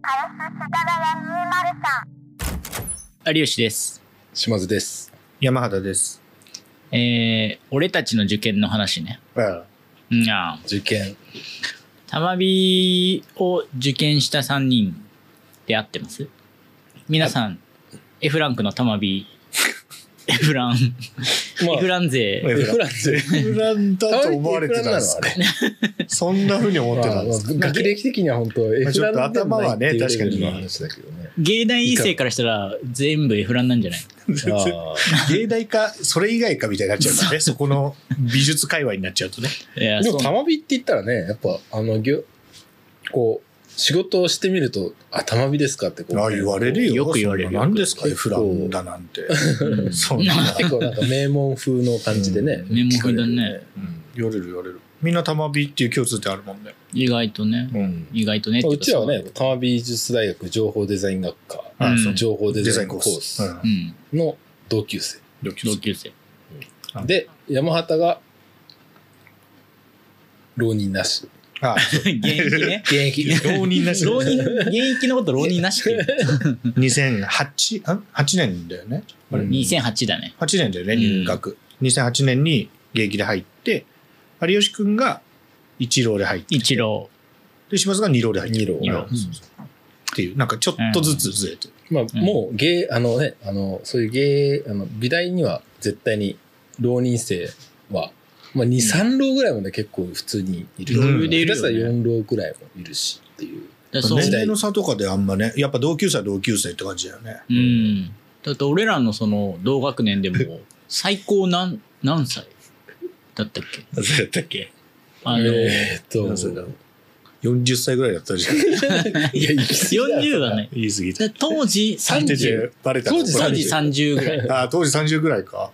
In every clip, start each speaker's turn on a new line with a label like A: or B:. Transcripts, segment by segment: A: カラス世田谷203。
B: 有吉です。
C: 島津です。
D: 山肌です。
B: えー、俺たちの受験の話ね。
C: ああ、
B: うんあー、
C: 受験。
B: たまびを受験した3人で合ってます皆さん、F ランクのたま び、F ラン、F ラン勢、
D: F
C: フランス。
D: フランだと思われてたんですか
C: あれ
D: そんな風に思ってたんですか
C: まあ学歴的には本当、
D: ま
C: F
D: あちょっと
C: ランでもないっていうレベ
D: 頭はね
C: ルの
D: 確かに
C: 話だけどね。
B: 芸大院生からしたら全部 F ランなんじゃない
D: 全然芸大か、それ以外かみたいになっちゃうからね。そこの美術界隈になっちゃうとね。
B: いや
C: ああで
B: そ
C: も、
B: う
C: たまびって言ったらね、やっぱ、あの、ぎょこう、仕事をしてみると、あ、たまびですかってこう、
D: ああ言われるよ。
B: よく言われる
D: 何ですか、
C: よく
D: フランだなんて。
B: うん
D: そんな。
C: 結構なんか名門風の感じでね。
B: うん名門風だね
D: 言われる言われる。みんな玉火っていう共通点あるもんね。
B: 意外とね、
D: うん。
B: 意外とねって
C: まあ
B: いうか
C: ちらはね、たまび美術大学情報デザイン学科、
B: うん
C: あそう情報デ
D: デ
C: ザイ
D: ザイ
C: ン
D: ン
C: コ
D: コ
C: ー
D: ー
C: ス
D: ス。
B: そううん、
C: の同級生。
D: 同級
B: 同
D: 生
B: 級生。
D: うん
C: で、山畑が、浪人なし。
D: ああ
B: 現役ね。
C: 現役。
D: 浪人な し。
B: 浪人、現役のこと浪人なしっていう。
D: 2008、ん ?8 年だよね。あれ
C: うん
B: 2008だね。
D: 8年だよ
B: う
D: ね、
B: ん
D: 入学。2008年に現役で入って、有吉くんが一浪で入って、
B: 一郎。
D: で、島津が二浪で入って
C: 二浪
B: 二浪
D: うんそうそうっていう、なんかちょっとずつずれてる。
C: まあ、
B: ん
C: もう芸、あのね、あの、そういう芸、あの、美大には絶対に浪人生は、まあ、2、3浪ぐらいまで結構普通にいる。
D: いろいろい
B: るよね
C: 下手したら4浪ぐらいもいるしってい
B: だ
C: う。
B: からそう
D: 年齢の差とかであんまね、やっぱ同級生は同級生って感じだよね。
B: うん。だって俺らのその同学年でも最高何、何歳だったっけ
D: そうやったっけ
B: あの、
C: えーっと、
D: 何歳だろう ?40 歳ぐらいだったじゃん。
C: いや、行き過ぎだ
B: 40だね。
D: 言い過ぎて。
B: だ当時30。
D: バレた
C: 当時
B: 当時30
D: 30
B: ぐらい。
D: あ、当時30ぐらいか。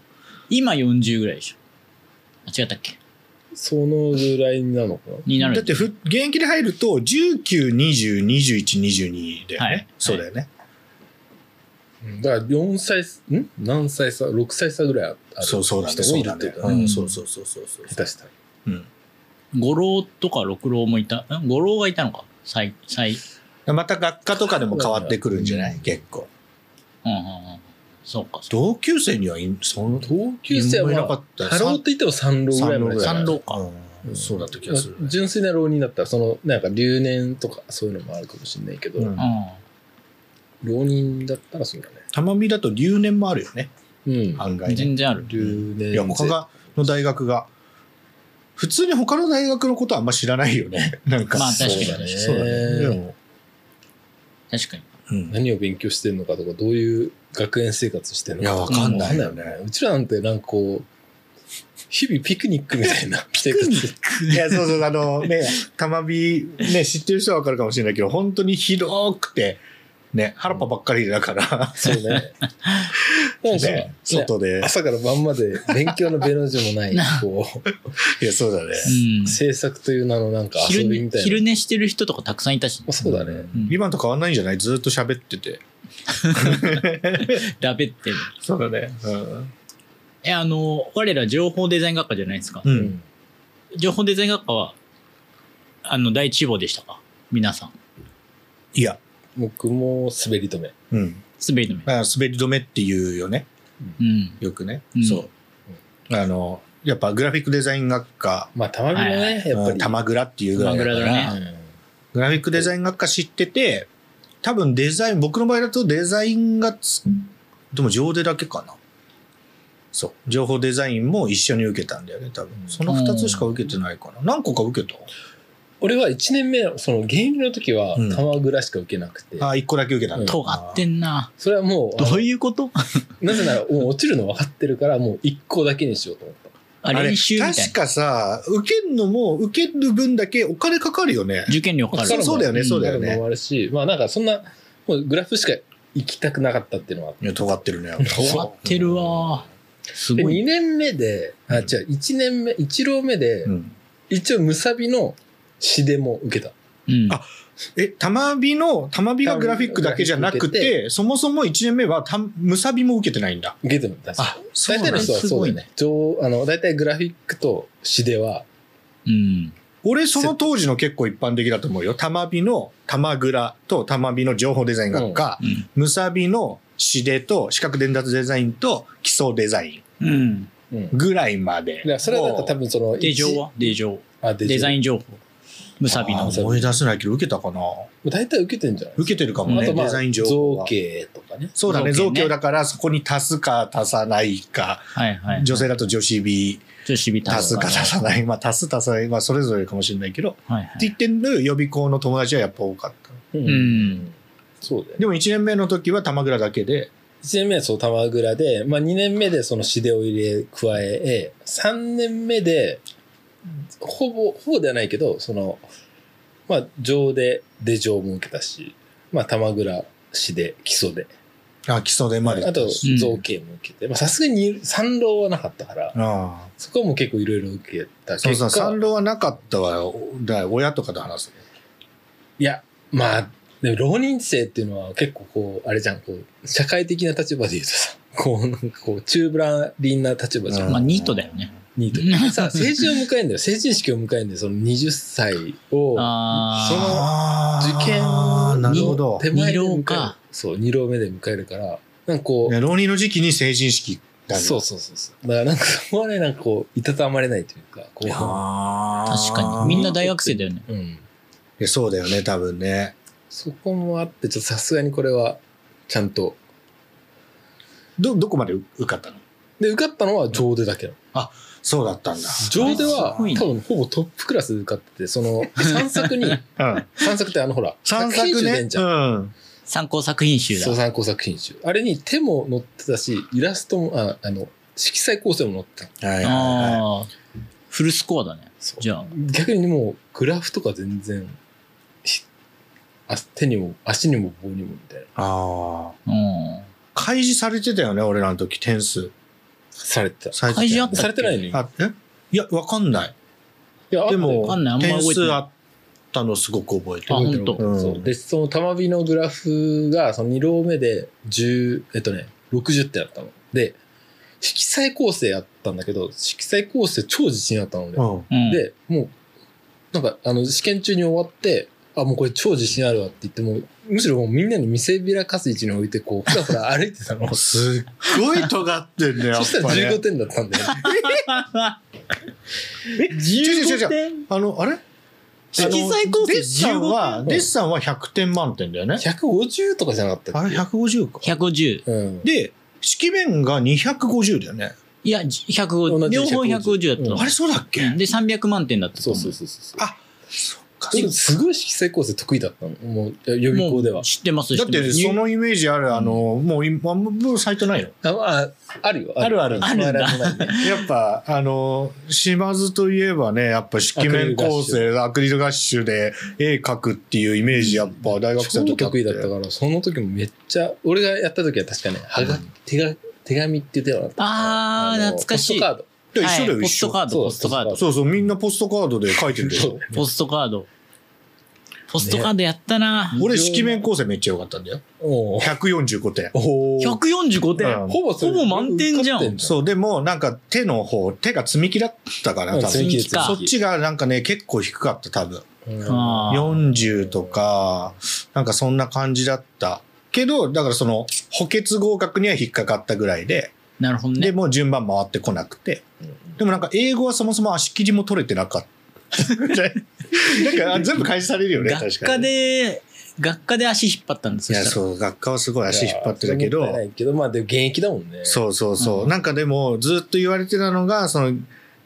B: 今40ぐらいでしょ。あ、違ったっけ
C: そのぐらいなのかな。
B: になる。
D: だってふ、現役で入ると、19、20、21、22だよね。
B: はい
D: そうだよね。
C: だから4歳す、ん何歳差 ?6 歳差ぐらいある
D: そうそうだね。
C: 人
D: そ
C: も
D: う
C: いる
D: だ
C: ってい
D: ね
C: う。か、
D: うん
B: うん
D: そうそうそうそうそう。
C: 下手したら。
D: うん。
B: 五郎とか六郎もいた。ん五郎がいたのか最、最、
D: また学科とかでも変わってくるんじゃない結構。
B: うんうんうん。そうか、そう
D: 同級生にはいんその
C: 同級生は、
D: いな
C: ま
D: か
C: あ
D: っ、た
C: ハローって言っても3浪ぐらいまでじゃない
B: 三浪か
D: うんそうだった気がするね。
C: 純粋な浪人だったらそのなんか留年とかそういうのもあるかもしれないけど、
D: うん
B: か。
C: 浪人だったらそうだね
D: 玉美だと留年もあるよね。
C: うん
D: 案
B: うん。
D: 外ね。
B: 全然ある。
C: 留年
D: いや、他が、の大学が。普通に他の大学のことはあんま知らないよ ね。なんか。
B: まあ確かに
D: そうだね。そうだね。でも、
B: 確かに。
D: うん。
C: 何を勉強してるのかとかどういう学園生活してるのか
D: いやわ
B: かん
D: ない
C: わかんないよねうちらなんてなんかこう日々ピクニックみ たいな生活
D: いや、そうそう、あの、ね、玉美、ね、知ってる人はわかるかもしれないけど、本当に広くて、ね、原っぱばっかりだから、
C: そうねなんか、
D: ね
C: ね、
D: 外で。
C: 朝から晩まで勉強のベの字も ないこう
D: いや、そうだね。
B: うん。
C: 制作という名のなんか遊
B: 昼
C: びみ
B: 寝
C: たいな
B: 昼寝してる人とかたくさんいたし、
C: あそうだね、
B: うん
D: 今と変わんないんじゃないずっと喋ってて。
B: ラベってる。
D: そうだね。うん。
B: え、あの、我ら情報デザイン学科じゃないですか。
D: う。
C: うんん、
B: 情報デザイン学科は、あの、第一志望でしたか皆さん。
D: いや、
C: 僕も滑り止め
D: うん。
B: 滑り止め。
D: あ滑り止めっていうよね。
B: うん。
D: よくね。
B: うん
D: そう。あの、やっぱグラフィックデザイン学科、
C: まあたまびもね、
B: はいは
C: やっぱり、
D: 玉グラっていうぐらいだから
B: 玉グラだね
D: グラフィックデザイン学科知ってて、多分デザイン、僕の場合だとデザインがつ、でも上手だけかな。そう。情報デザインも一緒に受けたんだよね、多分。その二つしか受けてないかな。何個か受け
C: 俺は1年目その現役の時は
D: うん
C: 玉ぐらしか受けなくて、
D: たあ、一個だけ受けたんだ。
B: 尖ってんな。
C: それはもうあ
B: ど
C: の
B: ういうこと
C: なぜならもう落ちるの分かってるからもう1個だけにしようと思っ
B: あ
D: あれ
B: 練習みたい
D: 確
B: な。
D: かさ、受けるのも、受ける分だけお金かかるよね。
B: 受験料かかる。
D: そうそうだよね、
B: ん
D: そう
C: た
D: だよ
C: の
D: ね。
C: もあるしまあなんかそんなもうグラフしか行きたくなかったっていうのはあって
D: いや、尖ってるね。
B: 尖ってるわ。す
C: で
B: ごい。
C: 2年目であ違う1年目1浪目で、
D: うん。
C: 一応ムサビの詩でも受けた
B: うん。
D: あえ、玉火の、玉火がグラフィックだけじゃなく
C: 玉火受け
D: て、そもそも1年目はた、むさびも受けてないんだ。
C: 受けても確かに
D: そう
C: 大体の人は
B: す
C: そ
B: ご
C: う
B: い
C: だね上あの大体グラフィックと詩では
B: うん。
D: 俺その当時の結構一般的だと思うよ。玉美の玉倉と玉美の情報デザイン学科、
B: うん。
D: むさびの指定と視覚伝達デザインと基礎デザイ
B: うん。
C: うん。
D: ンぐらいまで。
C: だからそれはなんか多分その、
B: で、情はで、情。
C: あ、デ
B: デザ
C: イ
B: イン情報。むさび
D: あ
B: の。
D: ー思い出せないけど受けたかな
C: ン。大体受けてんじゃない
D: 受けてるか
B: う
D: も
B: ん
C: あ
D: ね、
C: とまあ、
D: デザイン情報
C: 造
D: は。
C: 形とかね。
D: そうだね、
B: 造
D: 造
B: 形ね
D: 形だからそこに足すか足さないか、
B: はいはい。
D: 女性だと女子美
B: 女子ビタ
D: 足すか足さ ない、まあ足す足さない、まあそれぞれかもしれないけど、
B: はい
D: っ
B: は
D: て
B: い。
D: 言ってる予備校の友達はやっぱ多かった。
C: う
B: う。ん。
C: そうだよね。
D: でも1年目の時は玉倉だけで、
C: 1年目はそう玉倉で、まあ、2年目でそのシデを入れ加え3年目でほぼほぼではないけどそのまあ上で出上も受けたし、まあ、玉倉シデ基礎で
D: あ、基礎でまで。
C: あと
B: うん
C: 造形も受けてまあさすがに三浪はなかったから
D: ああ。
C: そこも結構いろいろ受けた
D: そう
C: 結
D: そう、
C: 果
D: 賛同はなかったわよ。だから親とかと話す。
C: いやまあでも浪人生っていうのは結構こうあれじゃんこう社会的な立場で言うとさ こうなんかこう中ぶらりんな立場じゃん、
D: うん
B: まあ、ニートだよね。
C: ニートさあ成人を迎えるんだよ成人式を迎えるんだよその20歳を
B: あ
D: あ
C: 受験
D: あーなるほ
C: の
D: ど
C: 手。前
B: 二
C: で迎える
B: 浪か
C: そう2浪目で迎えるからなんかこう、
D: ね浪人の時期に成人式だね
C: そうそうそうそうだからなんかそこはねなんかこういたたまれないというかこう
B: あ。
D: あー
B: 確かに。みんな大学生だよね。
C: うん
D: いやそうだよね、多分ね。
C: そこもあってちょっとさすがにこれはちゃんと
D: ど、どこまで受かったの
C: で受かったのは上手だけど
D: そうだったんだ。
C: 上手は
B: すごいね
C: 多分ほぼトップクラスで受かっててその3作に
D: うん。
C: 3作ってあのほら
D: 散
C: 作
D: 策
C: 品集出
D: ね
C: ん。じゃん
D: うん。
B: 参考作品集だ
C: そう。参考作品集あれに手も載ってたしイラストもああの色彩構成も載ってた
D: はいはいはい。
B: ああ。フルスコアだね。
C: そう
B: じゃあ。
C: 逆にもうグラフとか全然ひあ手にも足にも棒にもみたいな
D: ああ。
B: うん。
D: 開示されてたよね、俺らの時、点数。
C: されてた
D: されてた
B: 開示あった
C: されてないのよ
D: あ、えいや、わかんない。
C: いやあった
D: でも
B: わかんないあんま覚え
D: 点
B: てない
D: 数あったのすごく覚えて
B: あ
D: る。
B: ほんと
C: うんそうでその玉火のグラフがその2浪目で10えっとね60点あったので色彩構成あったんだけど色彩構成超自信あったので、
D: うん。
B: うん。
C: で、もう、なんか、あの、試験中に終わって、あ、もうこれ超自信あるわって言って、もうむしろもうみんなに見せびらかす位置に置いて、こう、ふらふら歩いて たの。そ
D: すっごい尖ってん だよ、やっ
C: したら
D: ぱね
C: 15点だったんだよね。
D: 15
B: 15点
D: あの、あれ
B: 色彩構成
D: デッサン
B: 15
D: は、
B: 点
D: デッサンは100点満点だよね。
C: 150とかじゃなかった
D: あ
C: っ
D: れ
C: け
D: 150か。
B: ?150。
C: うん。
D: で、式面が250だよね。
B: いや、150。
C: 同じ
B: 両方150だった
C: う
B: の
C: ん
D: あ。れそうだっけ
B: うんで、300万点だったと
C: そう
B: 思
C: そうそうそう。
D: あそっか
C: でもすごい色彩構成得意だったの。もう、予備校で
B: も
C: は
B: う。知ってます、知
D: だっ
B: ってま
D: て、
B: す。
D: そのイメージある、あの、もう今、もうサイトないの
C: あ、まあ、あるよ。
D: あるある
B: あるんだ
C: まああるね
D: やっぱ、あの、島津といえばね、やっぱ式面構成、アクリルガッシュで絵描くっていうイメージ、やっぱ大学生
C: 超
D: の時あ
C: 得意だった
D: て。
C: から、その時もめっちゃ、俺がやった時は確かね、はが、手が、手紙って言ってなかった。
B: あー
C: の
B: 懐かしい
C: ポストカード。
D: で一緒だよ、
B: はい
D: 一
B: ポスト
D: 緒。
B: カード、
C: そう
B: ポストカード。
D: そうそう、みんなポストカードで描いてるでしょ。
B: ポストカード。ポストカードやったな。
D: 俺、式面構成めっちゃ良かったんだよ。
C: おー
D: 145点。
C: おー
B: 145
D: う
B: 点。
D: ん
C: ほぼそれ
B: ほぼ満点じゃん
C: 受かって
D: そう、でも、なんか手の方、手が積み木だったから、
C: うん
D: 多
C: 積
D: 分。
C: み木
B: 積み木か
D: そっちがなんかね、結構低かった、多分。
C: うん
B: あー
D: 40とか、なんかそんな感じだった。けど、だからその、補欠合格には引っかかったぐらいで、
B: なるほど
D: で
B: ね。
D: もう順番回ってこなくて
C: うん。
D: でもなんか英語はそもそも足切りも取れてなかった。 なんかあ全部開始されるよね、確かに。
B: 学科で、学科で足引っ張ったんです
D: い
B: よ。
D: や、
B: そしたら
D: そう、学科はすごい足引っ張ってたけ
C: い
D: ど
C: やそれもったい、ないけど、まあでも現役だもんね。
D: そうそうそう。
B: うん
D: なんかでも、ずっと言われてたのが、その、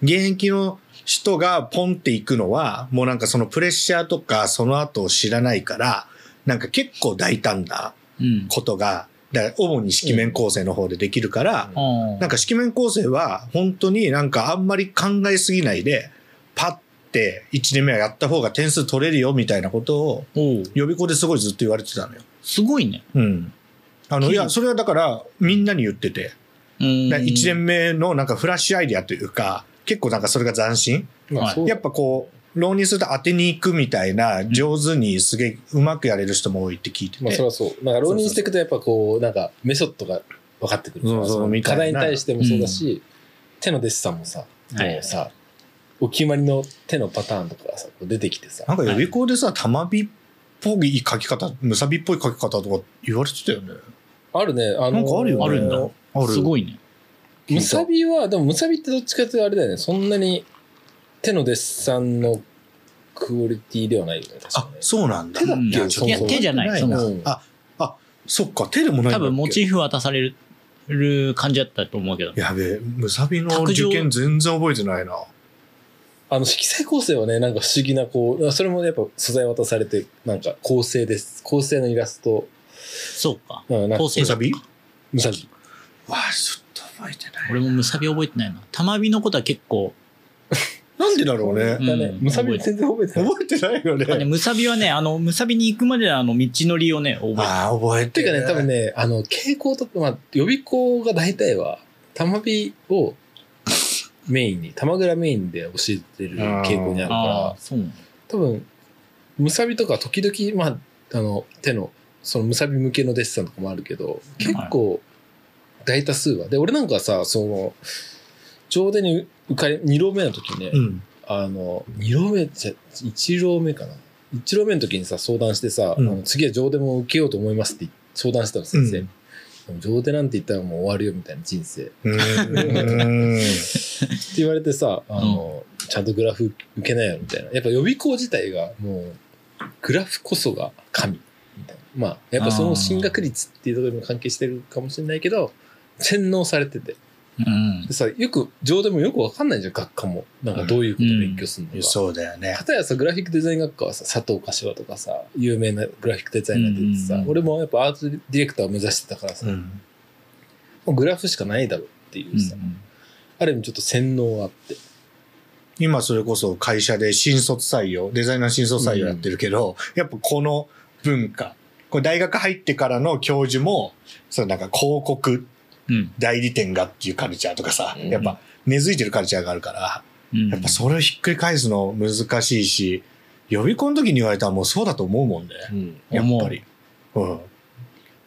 D: 現役の人がポンっていくのは、もうなんかそのプレッシャーとか、その後を知らないから、なんか結構大胆な
B: うん。
D: ことが、だから主に式面構成の方でできるから、
B: あ
D: なんか式面構成は、本当になんかあんまり考えすぎないで、パッて1年目はやった方が点数取れるよ、みたいなことを、
B: ーおう
D: 予備校ですごいずっと言われてたのよ。
B: すごいね。
D: うん。あの、いや、それはだから、みんなに言ってて、
B: うん
D: 1年目のなんかフラッシュアイディアというか、結構なんかそれが斬新。
C: まあそう
D: やっぱこう、浪人すると当てに行くみたいな、上手にすげえうまくやれる人も多いって聞いて
C: まあそ
D: て
C: れ。はそう。なんか浪人していくとやっぱこう、なんかメソッドが分かってくるから。
D: そうそう
C: の
D: みた
C: 課
D: いな
C: 題に対してもそうだし、手のデッサンもさ、
B: はい
C: もうさ、お決まりの手のパターンとかがさ、こう出てきてさ
D: な。んか予備校でさ、たまびっぽい書き方、むさびっぽい書き方とか言われてたよね。
C: あるね、あの
D: なんかあるよね。
B: あるんだ。
D: ある。
B: すごいね。
C: むさびは、でもむさびってどっちかというとあれだよね、そんなに手のデッサンのクオリティではないよね、確
D: あ
C: か、ね。
D: そうなんだ。
C: 手だっ
B: うん
C: け
B: い
D: や
B: や、
D: ちょっと
B: 手じゃない。そ
D: 手
B: も
D: だ
B: そも
C: うん
D: あそっか、手でもないんだ
B: 多
D: っけ
B: 分、モチーフ渡されるる感じだったと思うけど。
D: やべえ、むさびの受験全然覚えてないな。
C: あの、色彩構成はね、なんか不思議な、こう、それもやっぱ素材渡されて、なんか構成です。構成のイラスト、
B: そうか。
C: うん、なんか
B: 構成
D: むさび
C: むさび。
D: わあ、ちょっと覚えてない。
B: 俺もむさび覚えてないな。たまびのことは結構、
D: なんでだろうね。
C: だね
B: う、ん
C: むさび全然覚えてない。
D: 覚えてないよ
B: ね、
D: ね。
B: むさびはね、あの、むさびに行くまでのあの道のりをね、覚えてる
D: ああ、覚え
C: て
D: て
C: いうか
D: る
C: ね、多分ね、あの、傾向とか、まあ、予備校が大体は、玉火をメインに、玉蔵メインで教えてる傾向にあるから
B: ああ、、そうなの。
C: 多分、むさびとか時々、まあ、あの、手の、そのむさび向けのデッサンとかもあるけど、結構、大多数は。で、俺なんかさ、その、ちょうどに受かり、2浪目の時ね、
D: うん。
C: あの、2浪目、じゃ、1浪目かな。1浪目の時にさ、相談してさ、
D: うん
C: あの次は上手も受けようと思いますって相談したの、先生。
D: うん
C: でも上手なんて言ったらもう終わるよみたいな人生。って
D: うーん。
C: 言われてさ、あの、ちゃんとグラフ受けないよみたいな。やっぱ予備校自体がもう、グラフこそが神。みたいなまあ、やっぱその進学率っていうところにも関係してるかもしれないけど、洗脳されてて。
B: うん
C: で。さ、よく、上手もよくわかんないじゃん、学科も。なんかどういうこと勉強するのか。
D: そうだよね。
C: 片やさ、グラフィックデザイン学科はさ、佐藤柏とかさ、有名なグラフィックデザイナーでさ、
B: うんうんうん
C: 俺もやっぱアートディレクターを目指してたからさ、
D: うん。
C: もうグラフしかないだろうっていうさ、ある意味ちょっと洗脳があって。
D: 今それこそ会社で新卒採用、デザイナー新卒採用やってるけど、やっぱこの文化。これ大学入ってからの教授も、そのなんか広告
B: うん。
D: 代理店がっていうカルチャーとかさ、
C: うん
D: やっぱ根付いてるカルチャーがあるから、
B: うん。
D: やっぱそれをひっくり返すの難しいし、予備校の時に言われたらもうそうだと思うもんね。やっぱり。うん。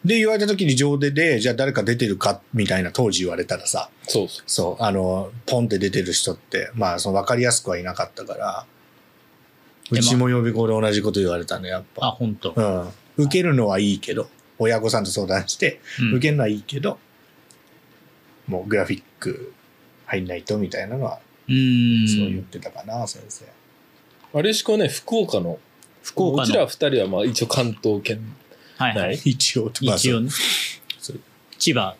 D: で、言われた時に上手で、じゃあ誰か出てるかみたいな当時言われたらさ、
C: そうそう。
D: そう、あの、ポンって出てる人って、まあ、その分かりやすくはいなかったから、
B: で
D: うちも予備校で同じこと言われたね、やっ
B: あ、
D: ぱ。
B: 本当。
D: うん。受けるのはいいけど、親御さんと相談して、
B: うん
D: 受けるのはいいけど、もうグラフィック入んないとみたいなのは、
B: うん。
D: そう言ってたかな、先生。
C: 有吉君はね、福岡の、
B: 福岡の
C: うちら二人はまあ一応関東圏、
B: はいはい。
D: 一応と、まあ
B: 一応ね
D: そう。
B: 千葉、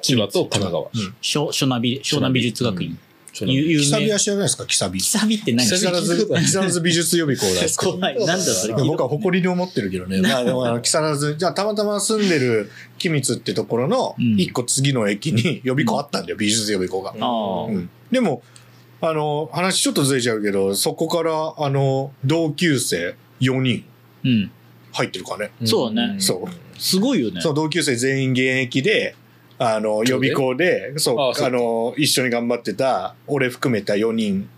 C: 千葉と神奈川。
D: そううん
B: 湘湘南美湘南美術学院。ゆ有
D: キサビ
B: 名
D: は。知らないですか、キサビ。
B: キ
D: 木
B: サビって何
C: キサビ
D: 更津木更津美術予備校なんですけど。
B: 怖い。なんだ それ。
D: 僕は誇りに思ってるけどね。まあでもあの、木更津、じゃあたまたま住んでる君津ってところの
B: うん
D: 一個次の駅に予備校あったんだよ、美術予備校が。
B: あ
D: うん。でも、あの、話ちょっとずれちゃうけど、そこから、あの、同級生4人
B: うん。
D: 入ってるからね。
B: んそうだね
D: そ
B: すごいよね。
D: その同級生全員現役で、あの、予
C: そうね
D: 備校で、そう、
C: あ
D: あ
C: あそうか
D: の、一緒に頑張ってた、俺含めた4人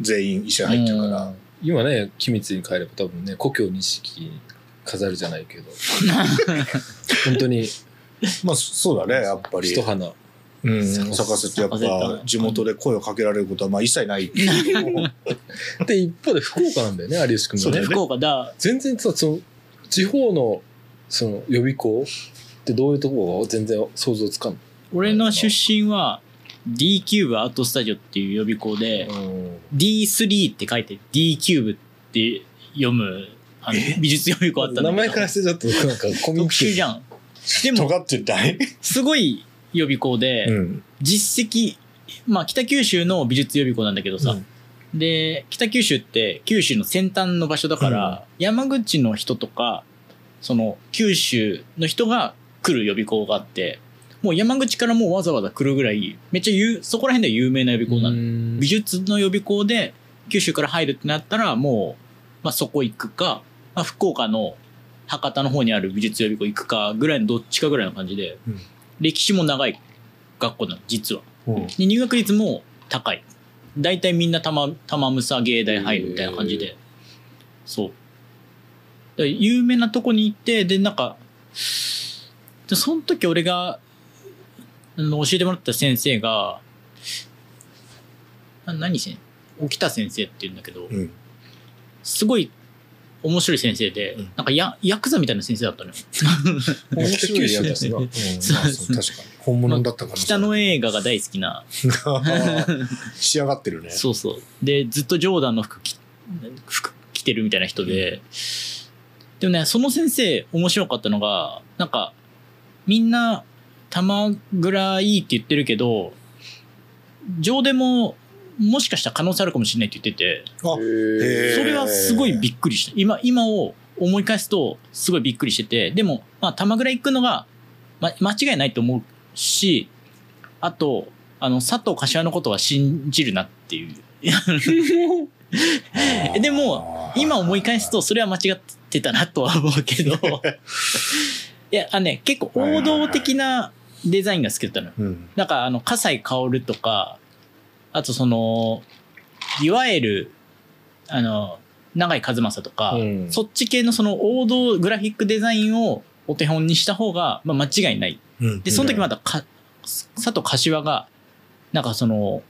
D: 全員一緒に入ってるから。
C: 今ね、君津に帰れば多分ね、故郷錦飾るじゃな いけど、本当に
D: まあ、そうだね、やっぱり。
C: 一花。
D: うん、
C: 咲
D: 咲
C: か
D: か
C: せ
D: せてやっ
B: 咲かせ
D: ぱ
B: た
D: 地元で声をかけられることはまあ一切 ないけども
C: で、一方で福岡なんだよ ね、有吉君
D: そ
C: も
D: う
C: ね
D: だよ。
B: 福岡だ。
C: 全然さその地方のその予備校ってどういうとこが全然想像つかん
B: 俺の出身は D キューブアートスタジオっていう予備校で、D3 って書いて D キューブって読むあの美術予備校あったんだけ
C: 名
B: ど
C: 前からしてちょっとなんかコミッ
B: 特
C: ク
B: 殊じゃん。でも、
D: 尖ってたい、
B: すごい予備校で、
D: うん、
B: 実績、まあ北九州の美術予備校なんだけどさ、で、北九州って九州の先端の場所だから、山口の人とか、その九州の人が来る予備校があって、もう山口からもうわざわざ来るぐらい、めっちゃ有そこら辺では有名な予備校なの。
C: ん
B: 美術の予備校で九州から入るってなったらもう、まあ、そこ行くか、まあ、福岡の博多の方にある美術予備校行くかぐらいのどっちかぐらいの感じで、
D: うん
B: 歴史も長い学校なの実は
D: うん
B: で入学率も高い大体みんな玉玉むさ芸大入るみたいな感じ
C: へ
B: でそうだから有名なとこに行ってでなんかでその時俺があの教えてもらった先生がな何先沖田先生っていうんだけど、
D: うん。
B: すごい面白い先生で、
D: うん
B: なんかやヤクザみたいな先生だったのよ。
D: 面白いやつ
B: そ
D: だな。
B: ううん
D: まあそう確かに。本物だったから。
B: 北の映画が大好きな、
D: 仕上がってるね。
B: そうそう。で、ずっとジョーダンの服着服着てるみたいな人で、でもね、その先生面白かったのが、なんか、みんな、玉倉いいって言ってるけど、上でも、もしかしたら可能性あるかもしれないって言ってて、
D: あへー
B: それはすごいびっくりした。今、今を思い返すと、すごいびっくりしてて、でも、まあ、玉倉行くのが、ま、間違いないと思うし、あと、あの、佐藤柏のことは信じるなっていう。えでも今思い返すと、それは間違ってたなとは思うけど、いや、あのね、結構王道的なデザインが好きだったのよ。
D: うん。
B: なんかあの、葛西薫とか、あとその、いわゆる、あの、永井和正とか、
C: うん
B: そっち系のその王道グラフィックデザインをお手本にした方が、まあ、間違いない。
D: うん。
B: で、その時またか、佐藤柏が、なんかその、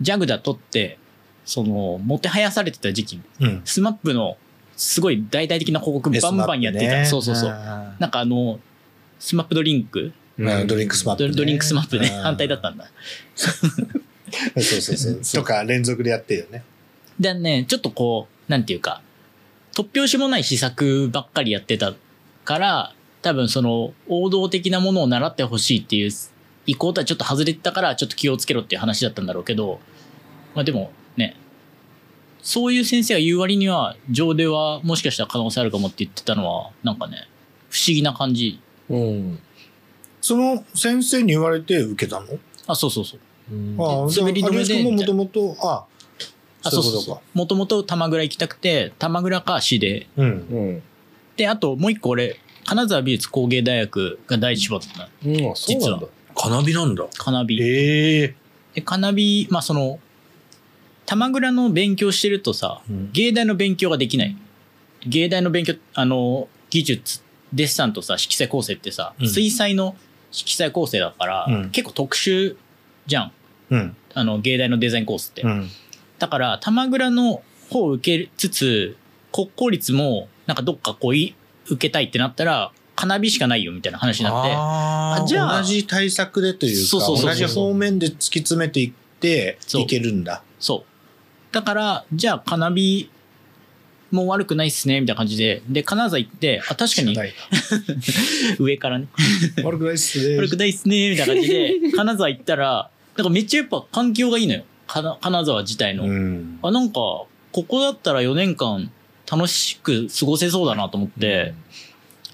B: ジャグダ取って、その、もてはやされてた時期、
D: うん。
B: スマップのすごい大々的な広告バンバンやってた。そうそうそう。
D: あ
B: なんかあの、スマップドリンク
D: ー。うんドリンクスマップ
B: ド
D: ね。
B: ドリンクスマップね、
D: うん
B: 反対だったんだ。
D: そうそうそ う。とか連続でやってるよね。
B: でね、ちょっとこう、なんていうか、突拍子もない試作ばっかりやってたから、多分その王道的なものを習ってほしいっていう意向とはちょっと外れてたから、ちょっと気をつけろっていう話だったんだろうけど、まあでもね、そういう先生が言う割には、上ではもしかしたら可能性あるかもって言ってたのは、なんかね、不思議な感じ。
C: うん。
D: その先生に言われて受けたの
B: あ、そうそうそう。
C: うん
D: ああ、じゃあ、
B: 滑り止めで
D: 有吉君ももともと、あ
B: あ、
D: あ、
B: そ
D: そうういう
B: そう
D: ことか。
B: もともと玉倉行きたくて、玉倉か市で
D: うん。
C: うん。
B: で、あともう一個俺、金沢美術工芸大学が第一志望だったの
C: うん、あそうなん
B: 実
C: だ
B: は。
D: カナビなんだ。
B: カナビ。
D: ええ。
B: で、カナビ、まあその、玉倉の勉強してるとさ、
D: うん
B: 芸大の勉強ができない。芸大の勉強、あの、技術、デッサンとさ、色彩構成ってさ、
D: うん
B: 水彩の色彩構成だから、
D: うん
B: 結構特殊じゃん。
D: うん。
B: あの、芸大のデザインコースって。
D: うん。
B: だから、玉倉の方を受けつつ、国公立も、なんかどっかこうい、受けたいってなったら、花火しかないよみたいな話になって、
D: あ
B: あ
D: あ、
B: じゃあ
D: 同じ対策でというか、
B: そうそうそうそう
D: 同じ方面で突き詰めていって
B: そう
D: いけるんだ。
B: そう。だから、じゃあ、カナビも悪くないっすね、みたいな感じで。で、金沢行って、あ、確かに
D: 知らない
B: 上からね、
D: な悪くないっすね
B: 悪くないっすね、みたいな感じで、金沢行ったら、なんかめっちゃやっぱ環境がいいのよ。かな金沢自体の。
D: うん。
B: あ、なんか、ここだったら4年間楽しく過ごせそうだなと思って、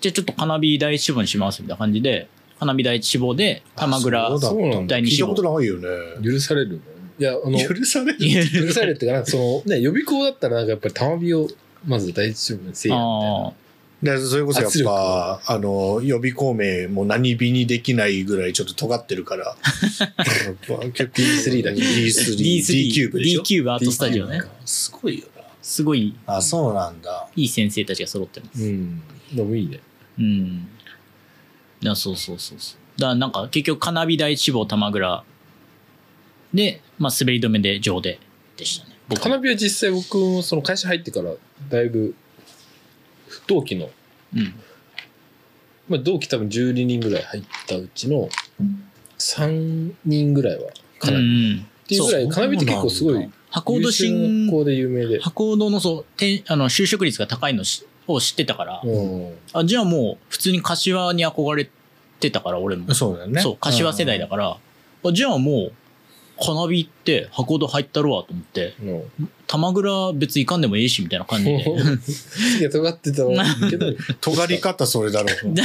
B: じゃあちょっとカナビ第一志望にします、みたいな感じで、カナビ第一志望で、玉倉
D: あそうだ
C: そうなんだ。
B: 第二
D: 聞い
B: 志
D: た
B: 望
D: こ。とないよね。
C: 許されるのいや、あの、
D: 許される。
C: 許されるっていうかな、その、ね、予備校だったら、なんかやっぱり、たまびを、まず第一志望にせえやみたいな
B: ああ、
D: でそれこそやっぱ、あの、予備校名も何日にできないぐらいちょっと尖ってるから。D3
C: だけ
D: D3。D キューブでし
B: D
D: ょ
B: キューブアートスタジオね。
D: すごいよな。
B: すごい
D: あ、そうなんだ。
B: いい先生たちが揃ってます。
C: うん。でもいいね。
B: うん。いや、そうそうそうそう。だからなんか結局、カナビ第一志望玉倉で、まあ滑り止めで上ででしたね。僕
C: 花火は実際僕もその会社入ってからだいぶ同期の、
B: うん。
C: まあ、同期多分12人ぐらい入ったうちの3人ぐらいはかな
B: う
C: り、っ
B: ん。
C: ていうぐらい
D: そう
C: 花火って結構すご
D: そうないん
B: 箱戸
C: 優秀
B: 新
C: な、校で有名で、
B: 箱戸のそう、転あの、就職率が高いのしを知ってたから、
C: うん、
B: あ、じゃあもう普通に柏に憧れてたから、俺も。
D: そうだよね。
B: そう、柏世代だから、あじゃあもう、カナビ行って箱戸入ったろわと思って、
C: の
B: 玉倉別に行かんでもいいし、みたいな感じ で。
C: すげえ尖って たわけど
D: 尖り方それだろう。
B: だ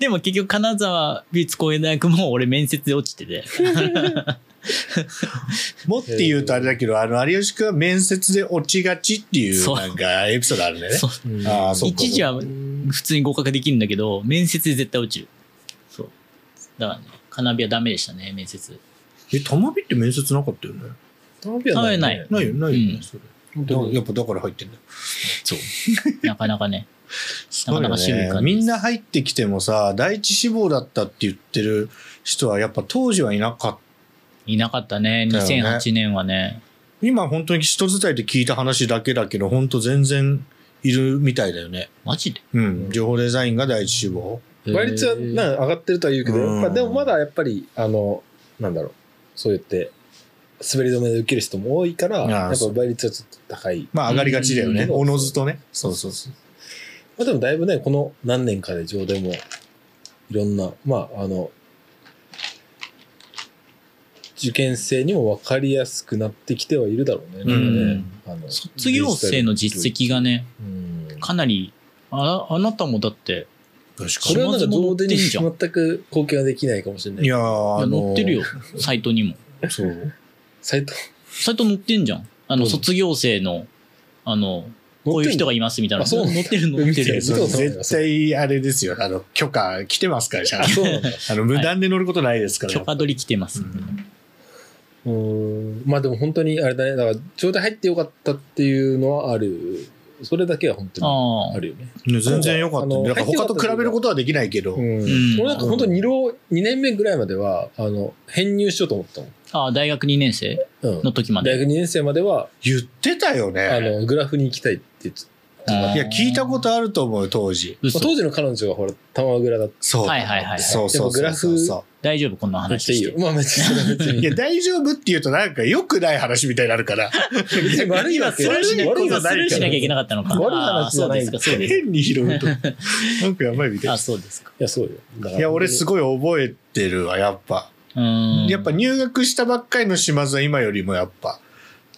B: でも結局金沢美術工芸大学も俺面接で落ちてて。
D: もって言うとあれだけど、あの、有吉君は面接で落ちがちっていう、
B: そう
D: なんか、エピソードあるんだよね。
B: そう
C: うん
D: ああ、そうか。
B: 一時は普通に合格できるんだけど、面接で絶対落ちる。そう。だからね、カナビはダメでしたね、面接。
D: え、玉火って面接なかったよね。
C: 花火はね
B: 花
D: ないよ、ないよ
B: うん
D: ね、それ。
C: 本当
D: だから
C: に
D: やっぱだから入ってんだよ。
B: そう。なかなかね。
D: な
B: なかな
D: かな
B: か
D: か
B: 渋い感じです
D: みんな入ってきてもさ、第一志望だったって言ってる人は、やっぱ当時はいなかっ
B: いなかったね、
D: だよね
B: 2008年はね。
D: 今本当に人伝いで聞いた話だけだけど、本当全然いるみたいだよね。
B: マジで
D: うん。情報デザインが第一志望。
C: 倍率はな上がってるとは言うけど、
D: うん
C: やっぱでもまだやっぱり、あの、なんだろう、そうやって、滑り止めで受ける人も多いから、
D: あー
C: やっぱ
D: そう
C: 倍率はちょっと高い。
D: まあ上がりがちだよね。
C: うん
D: おのずとね。そうそうそう。
C: まあでもだいぶね、この何年かで上でも、いろんな、まああの、受験生にも分かりやすくなってきてはいるだろうね。
D: うん
C: なんかねあの
B: 卒業生の実。績がね、
C: うん
B: かなり、ああなたもだって、
D: 確
C: こ
D: か
C: れはなんか上手に
B: そのま
C: 全く貢献はできないかもしれない
D: に。い
C: いや。
D: やー、
B: いや
D: あのー
B: 載ってるよ。、サイトにも。
D: そう。
C: サイト、
B: サイト載ってんじゃん。あの、
C: うん
B: 卒業生の、あの、こういう人がいますみたいな。
C: あそう
B: 載ってる載って
C: 見て
B: る
C: る。
D: そ
C: 見
D: う
C: たことない
D: 絶対あれですよ。あの、許可来てますから、ちゃんと
C: そうなんだ。
D: あの、無断で乗ることないですから。
B: 許可取り来てます。
D: うん
C: うーんまあでも本当にあれだね、だから、ちょうど入ってよかったっていうのはある。それだけは本当に
B: あ
C: あ
B: あ。
C: るよね。
D: ね全然良かった
C: あの
D: ね。だから他と比べることはできないけど。
C: うん
B: ん
C: 俺なんか本当に2浪、2年目ぐらいまでは、あの、編入しようと思ったもん。
B: ああ、大学2年生
C: うん
B: の時まで。
C: 大学2年生までは、
D: 言ってたよ
C: あ
D: ね。
C: の、グラフに行きたいって言ってた
D: いや、聞いたことあると思う、当時。
B: と
C: まあ当時の彼女がほら、玉グラだっ
D: そう。
B: はいはいはい。
D: そうそ
C: で
D: う
C: もグ
D: そ
C: ラ
D: う
C: フ
D: そうそ
B: 大丈夫こんな
C: た。めっ
B: 話
C: ちゃいい
B: して
C: よ。。まあめっちゃそれは別
D: う。い
C: に。
D: や、大丈夫って言うとなんか良くない話みたいになるから、
C: 別に悪いわけ
B: スルーしな
C: 悪い
B: き
C: わ
B: ゃ
C: け
B: スルーしなきゃいけなかったのか。
C: 悪い
B: ああ、
C: 話じ
B: そ
C: ゃ
B: う
C: ない
B: ですか、そうです
D: 変に拾 うと、なんかやばいみたい
B: か。
D: な
B: あ。そうですか。
C: いや、そうよ。だから
D: いや、俺すごい覚えてるわ、やっぱ。
B: うーん。
D: やっぱ入学したばっかりの島津は今よりもやっぱ。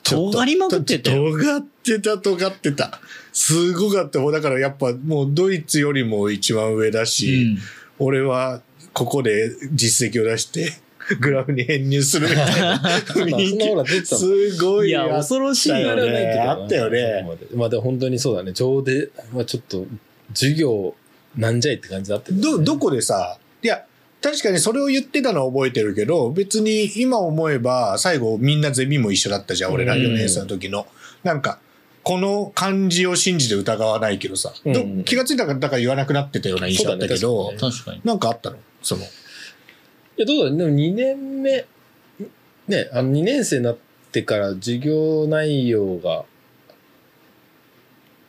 D: ちょっと
B: 尖りまくってたよ
D: 尖ってた、尖ってた。すごかった。もうだからやっぱもうドイツよりも一番上だ
B: う
D: し、
B: ん。
D: 俺はここで実績を出して、グラフに編入するみたい な
C: まあそ
D: 雰
C: ん
D: 囲
C: なほ
D: 気。
C: ら出てたもん
D: すごい
B: いや、
D: あ
B: 恐ろしい
D: あった
B: よ
D: よねあったよね。
C: まあでも本当にそうだね。上で、まあちょっと、授業なんじゃいって感じだったけ
D: ど、どこでさ、いや、確かにそれを言ってたのは覚えてるけど、別に今思えば、最後みんなゼミも一緒だったじゃん、俺ら4年生の時の。なんか、この漢字を信じて疑わないけどさ、ど
C: うん
D: 気がついたからだから言わなくなってたような印象だったけ
C: そう
D: ど、
C: だね
B: 確かに。
D: なんかあったのその。
C: いや、どうだろうでも2年目、ね、あの2年生になってから授業内容が、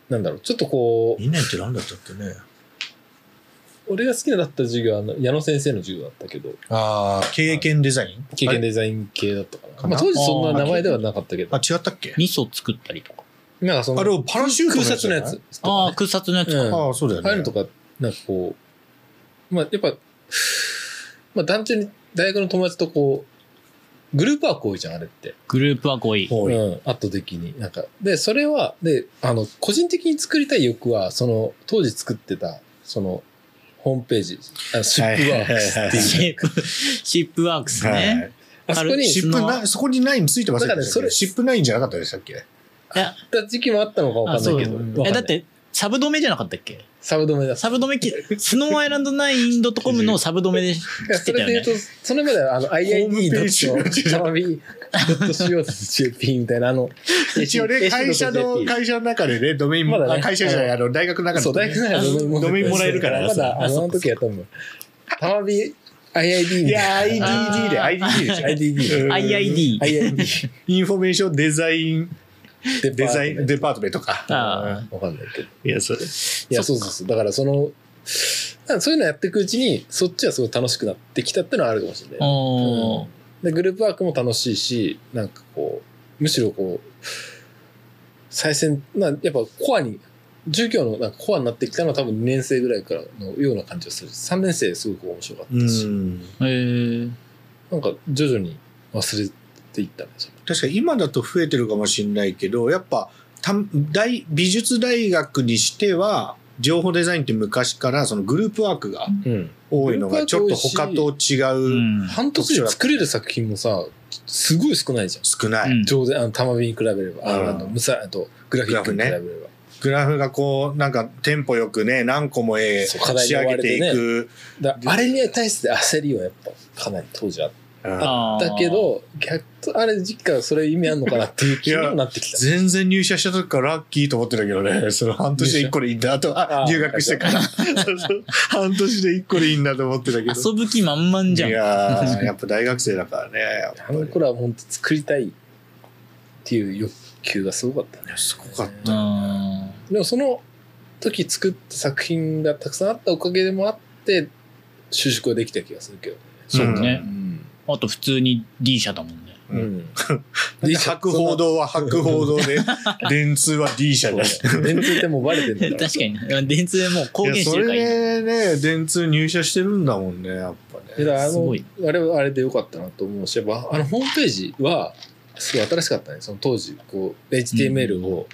C: なんだろう、ちょっとこ
D: 2年って何だったっけね。
C: う、俺が好きなだった授業は、あの矢野先生の授業だったけど、
D: ああ、経験デザイン
C: 経験
D: デ
C: デザイン系だったか
D: か
C: な。ま
D: な
C: あ当時そんな名前ではなかったけど
D: あ、、違ったっけ
B: 味噌作ったりとか。
C: なんかその、
D: あれをパラシュート
C: 空撮のや
D: じ
C: つ。
B: ああ、
C: あ
B: 空撮のやつか。
C: う
D: ゃ
C: ん
D: ない。ああ、そうだよ
C: あ
D: ね。
C: いうのとか、なんかこう、まあやっぱ、まあ単純に大学の友達とこう、グループワーク多いじゃん、あれって。
B: グループは5位。
D: 多い。
C: うん、圧倒的に。なんか、で、それは、で、あの、個人的に作りたい欲は、その、当時作ってた、その、ホームページ、あのシップワークスっていう。
B: シップ、シップワークス
D: はい
B: ね。
C: あそこに
B: ある
D: シ
B: し
D: ップな、そこにナインついてます
C: だからそれ
D: シップナインじゃなかったでしたっけ
B: いや、
C: 行った時期もあったのかわかんないけどわ
D: あそう
C: かんない。
B: えだって、サブ止めじゃなかったっけ
C: サブ止めだ。
B: サブ止めき、スノーアイランドナインドットコムのサブ止めで
C: いや
B: 来
C: そ
B: てた
C: れ
B: よ
C: で言
B: ね
C: う。と、それまで は、あの、
D: ームページ
C: IID. サマビ .co.jp みたいな、あの、
D: 一応ね、会社の、会社の中でね、ドメインも、
C: まだね
D: あ会社じゃない、あの、大学の中で、ね。
C: そう、大学なら
D: ドメインもらえるから
C: まだ、あ
B: そう
C: の、あの時は多分、たまび IID み
D: い
C: た
D: や、
C: いな。
D: IDD で、
B: あ
D: IDD でしょ。
C: IDD。
B: IID。
C: IID。
D: インフォメーションデザイン、 デザイン、デパートメントか。
B: あ
C: わかんないけど。
D: いや、それ。
C: いや、そうそうそう。だからその、だからそういうのやっていくうちに、そっちはすごい楽しくなってきたってのはあるかもしれない。
B: おー。
C: で、グループワークも楽しいし、なんかこう、むしろこう、最先、まあ、やっぱコアに、授業のなんかコアになってきたのは多分2年生ぐらいからのような感じがする。3年生すごく面白かっ
D: う
C: たし、
D: ん。
B: えー。
C: なんか徐々に忘れていったんですよ。
D: 確かに今だと増えてるかもしれないけど、やっぱ、た大美術大学にしては、情報デザインって昔からそのグループワークが
C: うん。
D: 多いのが、ちょっと
C: グループ
D: 他
C: ワーク
D: と違
B: う
D: う、
B: ん。
C: 半年で作れる作品もさ、すごい少ないじゃん。
D: 少ない。
B: うん
C: 上手、あの、玉火に比べれば、あ
D: うん
C: あと、むさ、あと、グラフィックに比べれば。
D: グラフがこう、なんかテンポよくね、何個も絵
C: そう課題
D: 仕
C: に追
D: 上
C: われ
D: げて
C: て
D: い
C: ね
D: く。
C: だあれに対して焦りはやっぱかなり当時あっ
D: うん
B: あー
C: たけ、ど、逆と、あれ実家はそれ意味あんのかなっていう気にもなってきた。
D: 全然入社した時からラッキーと思ってたけ どね、その半年で1個でいいんだ。あと、あ、
C: あー
D: 入学してから。そうそう半年で1個でいいんだと思ってたけど。
B: 遊ぶ気満々じゃん。
D: いやー、やっぱ大学生だからね、やっぱ
C: あの
D: り。
C: 頃は本当作りたいっていう欲求がすごかったね。
D: いやすごかっ
B: う
D: たよね
B: ん。
C: でもその時作った作品がたくさんあったおかげでもあって、就職ができた気がするけど。
B: そう
C: う
B: ね。
C: ん。
B: あと普通に D 社だもんね。
C: う
D: うん
C: ん。
D: だって博報堂は博報堂で 電通は D 社
C: そう
D: だ
C: だ
D: し
C: ね。電通ってもうバレてるんだ
B: 確かにな。電通でもう公言してるから
D: いや
B: いい。
D: それでね電通入社してるんだもんねやっぱ
C: い
D: ね
C: やあ
B: す
C: の
B: ごい
C: あれはあれでよかったなと思うしやっぱあのホームページはすごい新しかったねその当時こう HTML を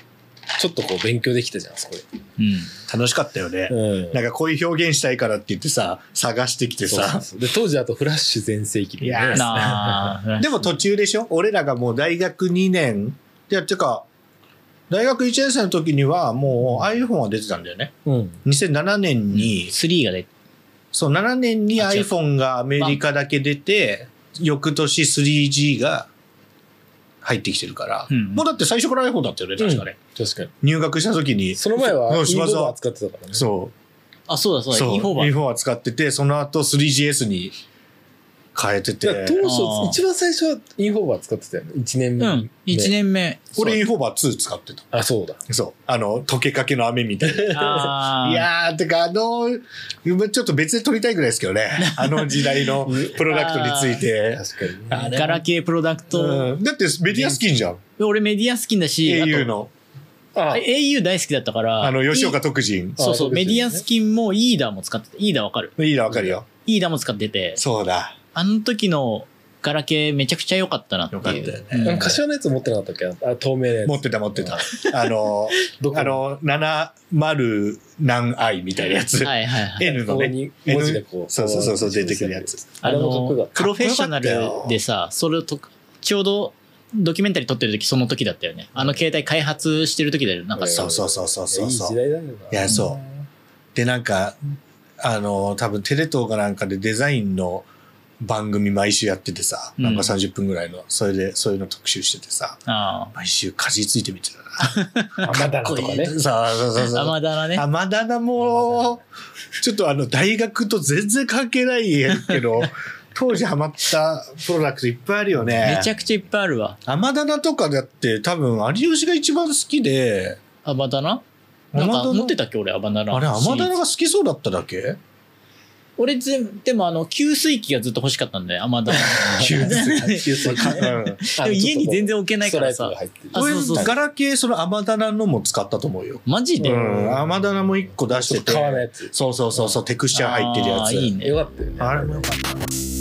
C: ちょっとこう勉強できたじゃんそこ
B: うん。
D: 楽しかったよ
C: で、、
D: ね
C: うん
D: なんかこういう表現したいからって言ってさ探してきて
C: そうそ
D: さ
C: うそうで当時あとフラッシュ全盛期で、ね、
D: いや
B: なあ。
D: でも途中でしょ俺らがもう大学2年いやてか大学1年生の時にはもう iPhone は出てたんだよね
C: うん
D: 2007年に、
B: 3が出て
D: そう7年に
B: あ違う
D: iPhone がアメリカだけ出て翌年 3G が入ってきてるから、
B: うん
D: もうだって最初から iPhone だったよね確かね、
C: 確かに
D: 入学した時に
C: その前は
D: うん
C: e
D: 島
C: ボ
D: 沢
C: ー扱ってたからね
D: そう
B: あ、そうだそうだ。
D: そう
B: E4 番。
D: E4 は使っててその後 3GS に変えて
C: だから当
D: て
B: あー
C: 初一番最初はインフォーバー使ってたよね1年目、
B: うん。1年目。
D: 俺 E4 バー2使ってた
C: あそうだ
D: そうあの溶けかけの雨みた いな
B: ああ。
D: いやー、てか、あのー、ちょっと別で撮りたいぐらいですけどね。あの時代のプロダクトについて。
C: 確かにね
D: あれ
B: ガラケープロダクト。
D: うんだってメディア好きんじゃん。
B: 俺メディア好きだし、あと
D: au の。
C: あ
B: あ au 大好きだったから。
D: あの、吉岡
B: い
D: 徳人。
B: そうそう、
C: あ
B: メデ
C: 出てる
B: ィ
C: よ
B: ア
C: ね
B: スキンもイーダーも使ってた。イーダーわかる
D: いいな、わかるよ。
B: イーダーも使ってて、
D: そうだ。
B: あの時のガラケーめちゃくちゃ良かったなって
D: よかっ
B: い
D: たよ
B: う
D: ね。
B: うん
C: あの柏のやつ持ってなかったっけあ透明なやつ
D: 持ってた、持ってた。あの
C: ど
D: ー、
C: こ
D: あのー、70何 i みたいなやつ。
B: はいはい はい。
D: N の
C: ここ
D: ね。
C: に文字がこう
D: そうそうそうそう出てくるやつ
C: あ
B: あ
C: れもかっこよか
B: の
C: っ、
B: プロフェッショナルでさ、それをと、ちょうど、ドキュメンタリー撮ってる時その時だったよね。あの携帯開発してる時だよ。なんか
C: うん
B: さ
D: そうそうそうそう
C: たいやいうい時
D: そそう。
C: 代だよない
D: やそうで、なんか、あのー、多分テレ東かなんかでデザインの番組毎週やっててさ、なんか
B: うん
D: 30分ぐらいの、それで、そういうの特集しててさ、
B: あ
D: 毎週かじりついてみてたな。
C: あまだなとかね
D: そうそうそう
B: あ。
D: そう。
B: 甘だなね。
D: あまだなも、ちょっとあの、大学と全然関係ない けど、当時ハマったプロダクトいっぱいあるよね。
B: めちゃくちゃいっぱいあるわ。
D: アマダナとかだって多分有吉が一番好きで、
B: アバダナなん
D: アマ
B: か
D: ダナ
B: 持ってたっけ俺アバダナ。
D: あれ、アマダナが
B: シリーズ
D: 好きそうだった だけ
B: 俺ぜん、でもあの、給水器がずっと欲しかったんだよ、アマダナ。
D: 給
B: 水器。
C: 給水器ね
D: うん
C: あの
B: 家に全然置け
C: ちょ
B: な
C: っとこ
B: い
C: う
B: から
C: ストラ
B: さ
C: イプが。入ってる
B: あそうそうそう
D: 俺ガラケー、そのアマダナのも使ったと思うよ。
B: マジで、
D: うん、アマダナも一個出して
C: ちょっと皮の
D: て。
C: やつ
D: そうそうそうそう、テクスチャー入ってるやつ。
B: あーいいね。
C: よかったよね
D: あれもよかった。